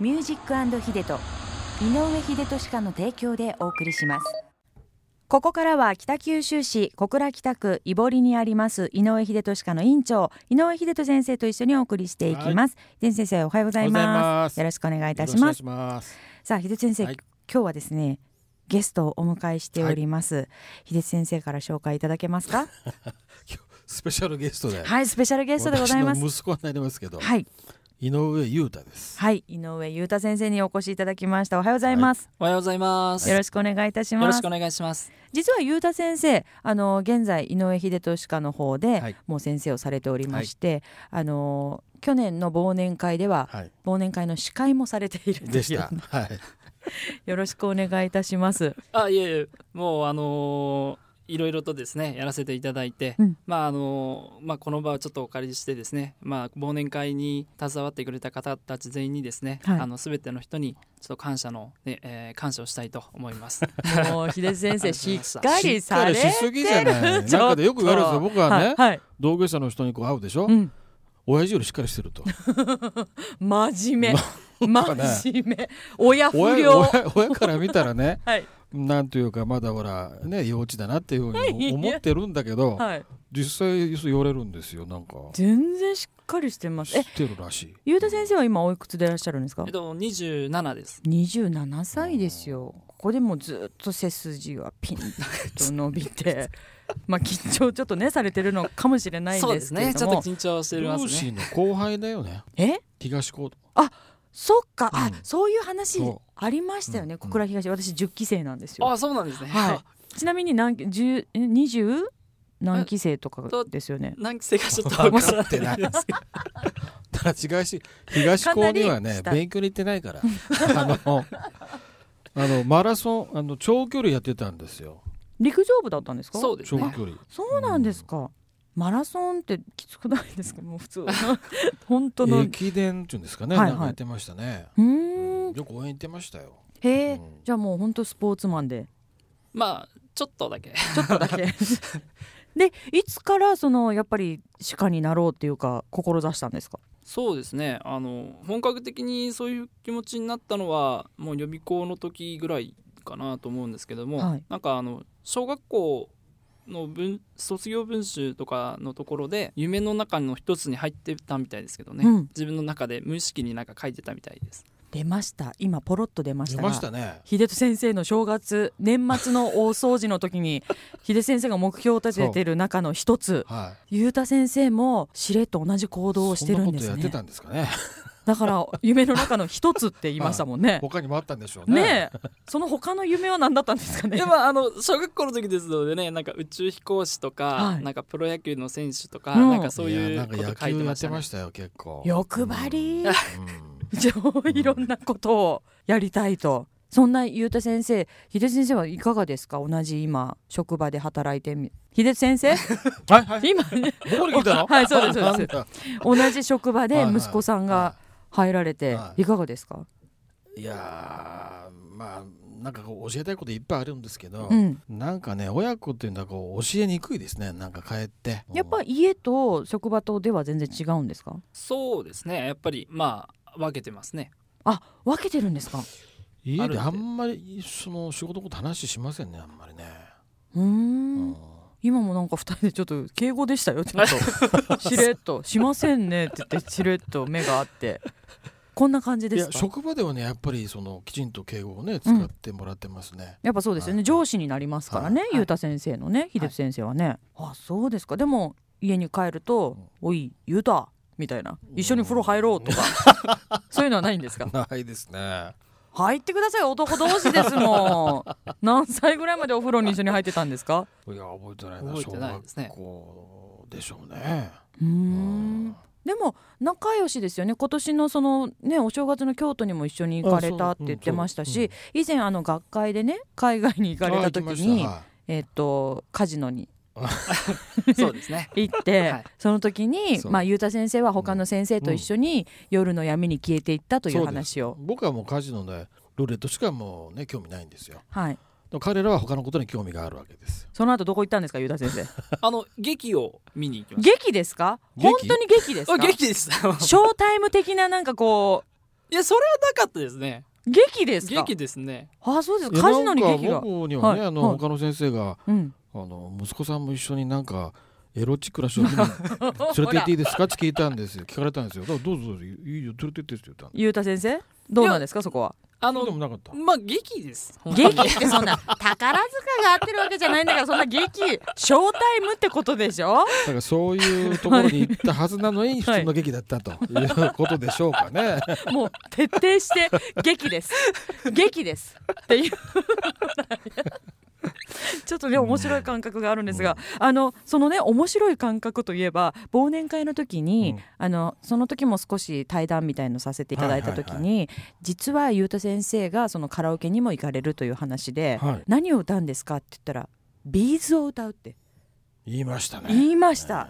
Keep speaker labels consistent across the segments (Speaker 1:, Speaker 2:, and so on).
Speaker 1: ミュージックヒデと井上秀俊家の提供でお送りしますここからは北九州市小倉北区井堀にあります井上秀俊家の院長井上秀俊先生と一緒にお送りしていきます、井上先生おはようございます
Speaker 2: おはようございます
Speaker 1: よろしくお願いいたし
Speaker 2: よろ
Speaker 1: ま
Speaker 2: く
Speaker 1: す
Speaker 2: お願いします。
Speaker 1: さあ秀俊先生、
Speaker 2: はい
Speaker 1: 今日はですねゲストをお迎えしております、秀俊先生から紹介いただけますか
Speaker 2: スペシャルゲストで。
Speaker 1: はいスペシャルゲ
Speaker 2: ゲ
Speaker 1: ストでございます
Speaker 2: 息子になりますけど、
Speaker 1: はい
Speaker 2: 井上裕太です。
Speaker 1: はい井上裕太先生にお越しいただきましたおはようございます、
Speaker 3: おはようございます。
Speaker 1: よ
Speaker 3: よ
Speaker 1: ろしくお願いいたしま
Speaker 3: ろ
Speaker 1: す
Speaker 3: しくお願いします。
Speaker 1: 実は裕太先生あの現在井上秀俊家の方で、
Speaker 2: はい
Speaker 1: もう先生をされておりまして、あの去年の忘年会では
Speaker 2: はい。
Speaker 1: 忘年会の司会もされているん
Speaker 2: で
Speaker 1: です
Speaker 2: した。
Speaker 1: よ
Speaker 2: はい。
Speaker 1: よろしくお願いいたし ます
Speaker 3: あ、いえいえ、もうあのーいろいろとですね、やらせていただいて、
Speaker 1: うん
Speaker 3: まああのーまあこの場をちょっとお借りしてですね、まあ忘年会に携わってくれた方たち全員にですね、
Speaker 1: はい
Speaker 3: あのすべての人にちょっと感謝の、ねえー感謝をしたいと思 います。
Speaker 1: もう秀俊先生しっかり
Speaker 2: しっか
Speaker 1: され
Speaker 2: りしすぎじゃ ない。なんかでよく言われるんですよ。僕は
Speaker 1: は
Speaker 2: ね、
Speaker 1: い、はい
Speaker 2: 同業者の人にこう会うでしょ。
Speaker 1: うん、
Speaker 2: 親父よりしっかりしてると。
Speaker 1: 真面目、
Speaker 2: かね
Speaker 1: 真面目親不
Speaker 2: 親
Speaker 1: 良
Speaker 2: 親親から見たらね、
Speaker 1: はい
Speaker 2: なんというかまだほらね幼稚だなっていうふうに思ってるんだけど、
Speaker 1: はい
Speaker 2: 実際そう言われるんですよ。なんか
Speaker 1: 全然しっかりしてます
Speaker 2: 知っ
Speaker 1: え
Speaker 2: てるらしい。
Speaker 1: 裕太先生は今おいくつでいらっしゃるんですか
Speaker 3: えっと二十七です。
Speaker 1: 27歳ですよここでもうずっと背筋はピンと伸びてまあ緊張ちょっとねされてるのかもしれないん
Speaker 3: そう
Speaker 1: で
Speaker 3: ですす
Speaker 1: けれ
Speaker 3: ね。ち
Speaker 1: ど
Speaker 3: ょっと
Speaker 1: も、
Speaker 3: 緊張してます
Speaker 2: 同
Speaker 3: ね。
Speaker 2: 志の後輩だよね。
Speaker 1: え
Speaker 2: 東高
Speaker 1: そっか、あ
Speaker 2: うん
Speaker 1: そういう話
Speaker 2: そ
Speaker 1: ありましたよね、
Speaker 2: うん
Speaker 1: 小倉東私10期生なんですよ
Speaker 3: あ、そうなんですね。
Speaker 1: はいちなみに何10え20何期生とか
Speaker 3: えっと
Speaker 1: ですよね
Speaker 3: 何期生かちょっとわから
Speaker 2: ってな
Speaker 3: ないいですけど。
Speaker 2: ただ違うし東高には
Speaker 1: かなり
Speaker 2: ね
Speaker 1: 下
Speaker 2: 勉強に行ってないからあのあのマラソンあの長距離やってたんですよ
Speaker 1: 陸上部だったんですか
Speaker 3: そうです
Speaker 2: 長距
Speaker 3: ね。
Speaker 2: 離、
Speaker 1: そうなんですか、マラソンってきつくないですかもう普通の本当のう
Speaker 2: 駅伝っていうんですかね、
Speaker 1: はいはい
Speaker 2: なんかやってましたね、
Speaker 1: ーん
Speaker 2: よく応援行ってましたよ
Speaker 1: へえ、
Speaker 2: うん
Speaker 1: じゃあもう本当スポーツマンで
Speaker 3: まあちょっとだけ。
Speaker 1: ちょっとだけ。でいつからそのやっぱり歯科になろうっていうか志したんですか。
Speaker 3: そうですねあの本格的にそういう気持ちになったのはもう予備校の時ぐらいかなと思うんですけども、
Speaker 1: はい
Speaker 3: なんかあの小学校の文卒業文集とかのところで夢の中の一つに入ってたみたいですけどね、
Speaker 1: うん
Speaker 3: 自分の中で無意識になんか書いてたみたいです
Speaker 1: 出ました。今ポロッと出まし
Speaker 2: 出
Speaker 1: た
Speaker 2: ま
Speaker 1: が。
Speaker 2: したね
Speaker 1: 秀人先生の正月年末の大掃除の時 に秀人先生が目標を立ててる中の一つ
Speaker 2: は
Speaker 1: 裕太先生もしれっと同じ行
Speaker 2: い
Speaker 1: 動をしてるんです
Speaker 2: そんなことやっ
Speaker 1: ね
Speaker 2: てたんですかね
Speaker 1: だから夢の中の一つって言いましたもんね
Speaker 2: 他にもあったんでしょうね
Speaker 1: ねえその他の夢は何だったんですかね
Speaker 3: でもあの小学校の時ですのでねなんか宇宙飛行士とか、
Speaker 1: はい
Speaker 3: なんかプロ野球の選手とか、
Speaker 1: うん
Speaker 3: なんかそうい
Speaker 2: やな
Speaker 3: うん
Speaker 2: か
Speaker 3: こと書
Speaker 2: 野
Speaker 3: いて
Speaker 2: 球や
Speaker 3: ま
Speaker 2: っ
Speaker 3: した
Speaker 2: て
Speaker 3: ね
Speaker 2: ましたよ結構
Speaker 1: 欲張りー
Speaker 2: うんうん
Speaker 1: じゃあいろんなことをやりたいと。そんな裕太先生、秀津先生はいかがですか。同じ今職場で働いてみ、秀津先生、
Speaker 2: はいは い
Speaker 1: 今ね、
Speaker 2: 僕に聞いたの
Speaker 1: はいそうですそうです
Speaker 2: なんだ
Speaker 1: 同じ職場で息子さん
Speaker 2: はいはい
Speaker 1: が入られて
Speaker 2: はい
Speaker 1: いかがですか。
Speaker 2: いやーまあなんかこう教えたいこといっぱいあるんですけど、
Speaker 1: うん
Speaker 2: なんかね親子っていうのはこう教えにくいですねなんか帰って
Speaker 1: やっぱ家と職場とでは全然違うんですか。
Speaker 3: そうですねやっぱりまあ分けてます ね
Speaker 1: あ、分けてるんですか。
Speaker 2: 家で
Speaker 3: あ
Speaker 2: あ
Speaker 3: るんで
Speaker 2: んまりその仕事のこと話しませんねあんまりね、
Speaker 1: うー
Speaker 2: うん
Speaker 1: ん。今もなんか二人でちょっと敬語でした よ。ちょっとしれっとしませんねって言ってしれっと目があって。こんな感じ
Speaker 2: い
Speaker 1: です
Speaker 2: や
Speaker 1: か。
Speaker 2: 職場ではねやっぱりそのきちんと敬語をね使ってもらってますね、
Speaker 1: やっぱそうですよね、
Speaker 2: はい
Speaker 1: 上司になりますからね、
Speaker 3: はい
Speaker 1: ゆうた先生のね秀樹先生はね、あそうですかでも家に帰ると「おいゆうた」みたいな「一緒に風呂入ろう」とか そういうのはないんですか
Speaker 2: ないですね
Speaker 1: 入ってください男同士ですも ん何歳ぐらいまでお風呂に一緒に入ってたんですか
Speaker 2: いや覚えてないな
Speaker 3: 覚えてないですね
Speaker 2: 小学校でしょうね
Speaker 1: うーんでも仲良しですよね今年のそのねお正月の京都にも一緒に行かれたって言ってました
Speaker 2: あそううん
Speaker 1: し以前あの学会でね海外に行かれた時
Speaker 2: あ行きまし
Speaker 1: に
Speaker 2: たはい
Speaker 1: えっとカジノに
Speaker 3: そうですね
Speaker 1: 行って、
Speaker 3: はい
Speaker 1: その時に
Speaker 2: そう
Speaker 1: まあ裕太先生は他の先生と一緒に夜の闇に消えていったとい
Speaker 2: そううです
Speaker 1: 話を、
Speaker 2: 僕はもうカジノでルーレットしかもうね興味ないんですよ
Speaker 1: はい
Speaker 2: でも彼らは他のことに興味があるわけです
Speaker 1: その後どこ行ったんですか裕太先 生
Speaker 3: あの劇を見に行きました
Speaker 1: 劇ですか
Speaker 2: 劇
Speaker 1: 本当に劇です
Speaker 3: あ
Speaker 1: か
Speaker 3: 元気です。
Speaker 1: ショータイム的ななんかこう
Speaker 3: いやそれはなかったですね
Speaker 1: 劇ですか
Speaker 3: 劇ですね
Speaker 1: あそうです
Speaker 2: え
Speaker 1: カジノに
Speaker 2: なん
Speaker 1: 劇が
Speaker 2: か僕にはね、
Speaker 1: はい
Speaker 2: あの、
Speaker 1: はい
Speaker 2: 他の先生が
Speaker 1: うん
Speaker 2: あの息子さんも一緒になんかエロチッ クな商品に連れて行っていいですかって聞いたんですよ聞かれたんですよだからどうぞどうぞいいよ連れて行ってって言ったの
Speaker 1: ゆうた先生どうなんですかそこは
Speaker 3: あ
Speaker 2: そうでもな
Speaker 3: の
Speaker 2: かった
Speaker 3: まあ劇です本当に
Speaker 1: 劇ってそんな宝塚が合ってるわけじゃないんだからそんな劇ショータイムってことでしょ
Speaker 2: だからそういうところに行ったはずなのに普通の劇だったということでしょうかね。
Speaker 1: もう徹底して劇です劇ですっていうちょっとね面白い感覚があるんですが、あのそのね面白い感覚といえば忘年会の時に、
Speaker 2: うん
Speaker 1: あのその時も少し対談みたいのさせていただいた時に、
Speaker 2: はい
Speaker 1: 実はゆうた先生がそのカラオケにも行かれるという話で、
Speaker 2: はい
Speaker 1: 何を歌うんですかって言ったらビーズを歌うって
Speaker 2: 言いましたね。
Speaker 1: 言いました、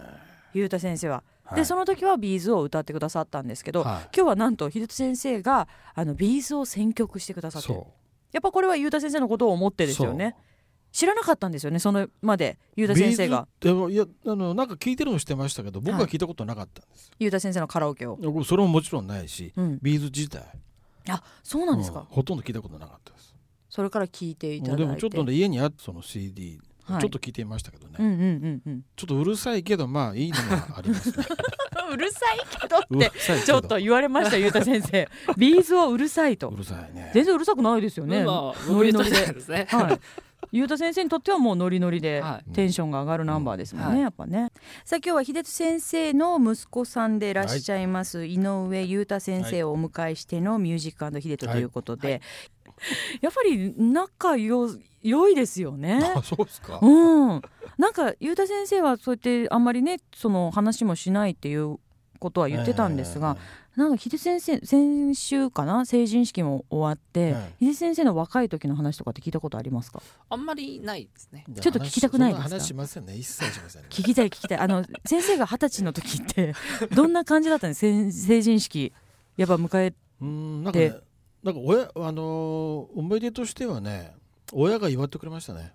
Speaker 1: ゆうた先生は。
Speaker 2: はい
Speaker 1: でその時はビーズを歌ってくださったんですけど、
Speaker 2: はい
Speaker 1: 今日はなんと秀人先生があのビーズを選曲してくださってる
Speaker 2: そ
Speaker 1: やっぱこれは優太先生のことを思ってですよね知らなかったんですよねそのまで優
Speaker 2: う。
Speaker 1: 太先生が
Speaker 2: ビーズっていやあのなんか聞いてるのしてましたけど僕は聞いたことなかったんですよ。
Speaker 1: 優太先生のカラオケを、
Speaker 2: 僕それももちろんないし、
Speaker 1: うん、
Speaker 2: ビーズ自体
Speaker 1: あそうなんですか、
Speaker 2: うんほとんど聞いたことなかったです。
Speaker 1: それから聞いていただいて
Speaker 2: でもちょっとね家にあったその CD ちょ
Speaker 1: はい
Speaker 2: っと聞いてみましたけどね、
Speaker 1: うんうんうん うん
Speaker 2: ちょっとうるさいけどまあいいのがあります ね。
Speaker 1: うるさいけどっ
Speaker 2: う
Speaker 1: て
Speaker 2: るさいけ
Speaker 1: ちょ
Speaker 2: ど
Speaker 1: っと言われました優太先 生ビーズをうるさいと
Speaker 2: うるさいね。
Speaker 1: 全然うるさくないですよね
Speaker 3: まあ
Speaker 1: ノリノリ
Speaker 3: 僕にとって
Speaker 1: で
Speaker 3: はですね
Speaker 1: はい優太先生にとってはもうノリノリで、
Speaker 3: はい
Speaker 1: テンションが上がるナンバーですもんね、
Speaker 3: はい
Speaker 1: やっぱねさあ今日は秀人先生の息子さんでいらっしゃいます、井上裕太先生をお迎えしてのミュージック秀人ということで、
Speaker 3: はいは
Speaker 1: やっぱり仲よ良いですよ ね
Speaker 2: あそうですか。
Speaker 1: うんなんか裕太先生はそうやってあんまりねその話もしないっていうことは言ってたんですが、なんか秀人先生先週かな成人式も終わって、
Speaker 2: は
Speaker 1: 秀
Speaker 2: い
Speaker 1: 人先生の若い時の話とかって聞いたことありますか
Speaker 3: あんまりないですね
Speaker 2: ええええ
Speaker 1: ちょっと聞きたくないですか
Speaker 2: そん話しませんね一切しませんね。
Speaker 1: 聞きたい聞きたいあの先生が二十歳の時ってどんな感じだったんです成成人式やっぱ迎え
Speaker 2: うーんなんか、ね、なんか親あのー思い出としてはね親が祝ってくれましたね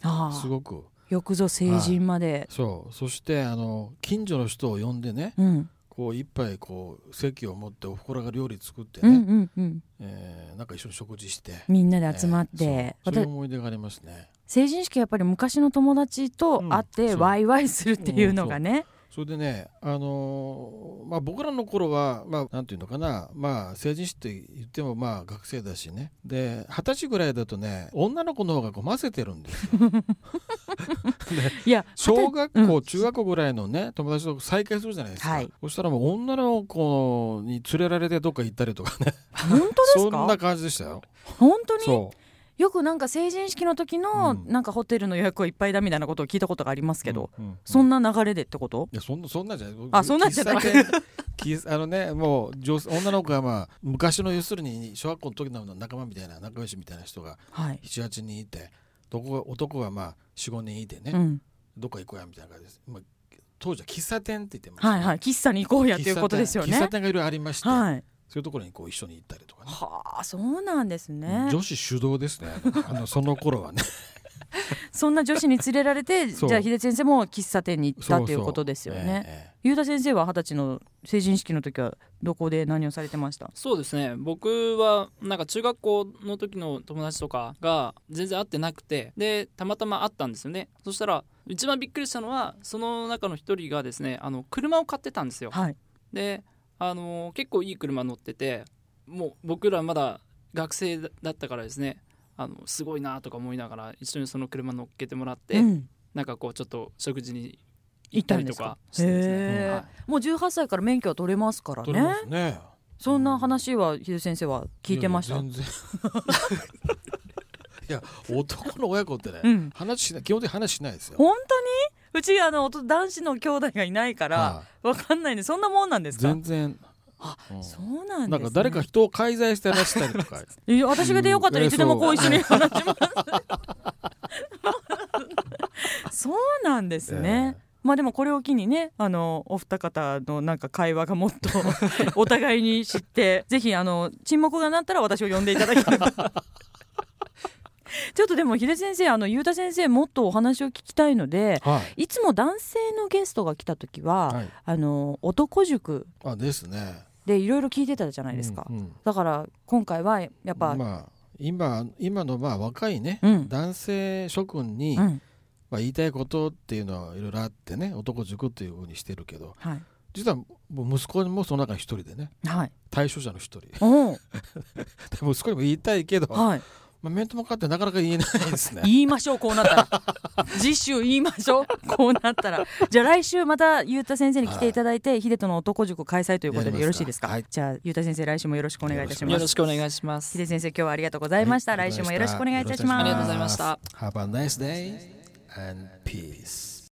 Speaker 1: ああ
Speaker 2: すごく
Speaker 1: よくぞ成人まで、
Speaker 2: そうそしてあの近所の人を呼んでね
Speaker 1: うん
Speaker 2: こう一杯こう席を持っておふくろが料理作って
Speaker 1: う
Speaker 2: ね、
Speaker 1: んうんうん
Speaker 2: えーなんか一緒に食事して
Speaker 1: みんなで集まって、
Speaker 2: えーそうそ
Speaker 1: 私
Speaker 2: ういう思い出がありますね
Speaker 1: 成人式やっぱり昔の友達と会っ
Speaker 2: うん
Speaker 1: て
Speaker 2: そう
Speaker 1: ワイワイするっていうのがね、
Speaker 2: それでねあのーまあ僕らの頃はまあなんていうのかなまあ成人式って言ってもまあ学生だしねで二十歳ぐらいだとね女の子の方がこう混ぜてるんですよ
Speaker 1: い や
Speaker 2: 小学校、
Speaker 1: う
Speaker 2: 中学校ぐらいのね友達と再会するじゃないですか、
Speaker 1: はい
Speaker 2: そしたらもう女の子に連れられてどっか行ったりとかね
Speaker 1: 本当です
Speaker 2: そんな
Speaker 1: か
Speaker 2: 感じでしたよ
Speaker 1: 本当に
Speaker 2: そ
Speaker 1: よくなんか成人式の時の
Speaker 2: うん
Speaker 1: なんかホテルの予約はいっぱいだみたいなことを聞いたことがあります
Speaker 2: う
Speaker 1: けど、、
Speaker 2: うんうん
Speaker 1: そ
Speaker 2: い
Speaker 1: んな流れでってこと
Speaker 2: やそんなそんなんじゃない
Speaker 1: あそんなんじゃない
Speaker 2: 喫茶店 喫あのねもう女女の子がまあ昔の要するに小学校の時の仲間みたいな仲良しみたいな人が
Speaker 1: はい、
Speaker 2: 78人いてどこが男がまあ45人いてね、
Speaker 1: うん、
Speaker 2: どっか行こうやみたいな感じです、まあ、当時は喫茶店って言ってましたね、
Speaker 1: はいはい喫茶に行こうやっていうことですよ
Speaker 2: 喫茶
Speaker 1: ね
Speaker 2: 店喫茶店がいろいろありまして、
Speaker 1: はい
Speaker 2: そういうところにこう一緒に行ったりとかね
Speaker 1: はあそうなんですね
Speaker 2: 女子主導ですね。あのその 頃はね。
Speaker 1: そんな女子に連れられ てじ
Speaker 2: そう
Speaker 1: ゃあ秀先生も喫茶店に行った
Speaker 2: そうそう
Speaker 1: ということですよね
Speaker 2: ええ
Speaker 1: ゆうた先生は二十歳の成人式の時はどこで何をされてました
Speaker 3: そうですね僕はなんか中学校の時の友達とかが全然会ってなくてでたまたま会ったんですよねそしたら一番びっくりしたのはその中の一人がですねあの車を買ってたんですよ
Speaker 1: はい
Speaker 3: であの結構いい車乗っててもう僕らまだ学生だったからですねあのすごいなとか思いながら一緒にその車乗っけてもらって、
Speaker 1: うん
Speaker 3: なんかこうちょっと食事に
Speaker 1: 行っ
Speaker 3: 行った
Speaker 1: ん
Speaker 3: たり
Speaker 1: で
Speaker 3: と
Speaker 1: すか
Speaker 3: かしてです
Speaker 1: へ
Speaker 3: ね、
Speaker 1: ー
Speaker 3: はい
Speaker 1: もう18歳から免許は取れますから
Speaker 2: 取れま
Speaker 1: ね
Speaker 2: すね。
Speaker 1: そんな話は秀先生は聞いてました
Speaker 2: や全然 いや男の親子ってね、
Speaker 1: うん
Speaker 2: 話しない基本的に話しないですよ。
Speaker 1: 本当にうちあのおと男子の兄弟がいないから
Speaker 2: はい
Speaker 1: わかんないんでそんなもんなんですか
Speaker 2: 全然。
Speaker 1: あ
Speaker 2: うん
Speaker 1: そうなんですね
Speaker 2: なんか誰か人を介在して話したり とか。
Speaker 1: いや私が出よかったらいつでもこう一緒に話します。そうなんですね。まあでもこれを機にねあのお二方のなんか会話がもっ とお互いに知ってぜひあの沈黙がなったら私を呼んでいただければちょっとでも秀先生あの裕太先生もっとお話を聞きたいので
Speaker 2: ええ。はい
Speaker 1: つも男性のゲストが来た時は、
Speaker 2: い。はい。
Speaker 1: あの男塾
Speaker 2: あですね。
Speaker 1: でいろいろ聞いてたじゃないですか、
Speaker 2: うんうん
Speaker 1: だから今回はやっぱ、
Speaker 2: まあ今今のまあ若いね、
Speaker 1: うん
Speaker 2: 男性諸君に、
Speaker 1: うん
Speaker 2: まあ、言いたいことっていうのはいろいろあってね男塾っていうふうにしてるけど
Speaker 1: はい
Speaker 2: 実はもう息子にもその中の一人でね
Speaker 1: はい
Speaker 2: 対象者の一人 で
Speaker 1: おー
Speaker 2: 息子にも言いたいけど、
Speaker 1: はい
Speaker 2: まあ、面と向かってなかなか言えないですね。
Speaker 1: 言いましょうこうなったら 次週言いましょうこうなったらじゃあ来週またゆうた先生に来ていただいて秀人の男塾開催ということでよろしいですか
Speaker 2: やりま。
Speaker 1: じゃあゆうた先生来週もよろしくお願いいたしま
Speaker 3: よ
Speaker 1: す
Speaker 3: ろしくお願いします
Speaker 1: 秀先生今日はありがとうございました、来週もよろしくお願いいたします
Speaker 3: ありがとうございました
Speaker 2: Have a nice day and peace.